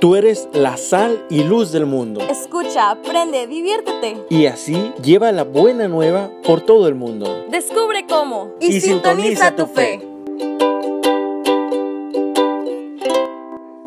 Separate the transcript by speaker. Speaker 1: Tú eres la sal y luz del mundo.
Speaker 2: Escucha, aprende, diviértete.
Speaker 1: Y así lleva la buena nueva por todo el mundo.
Speaker 2: Descubre cómo.
Speaker 1: Y sintoniza tu fe.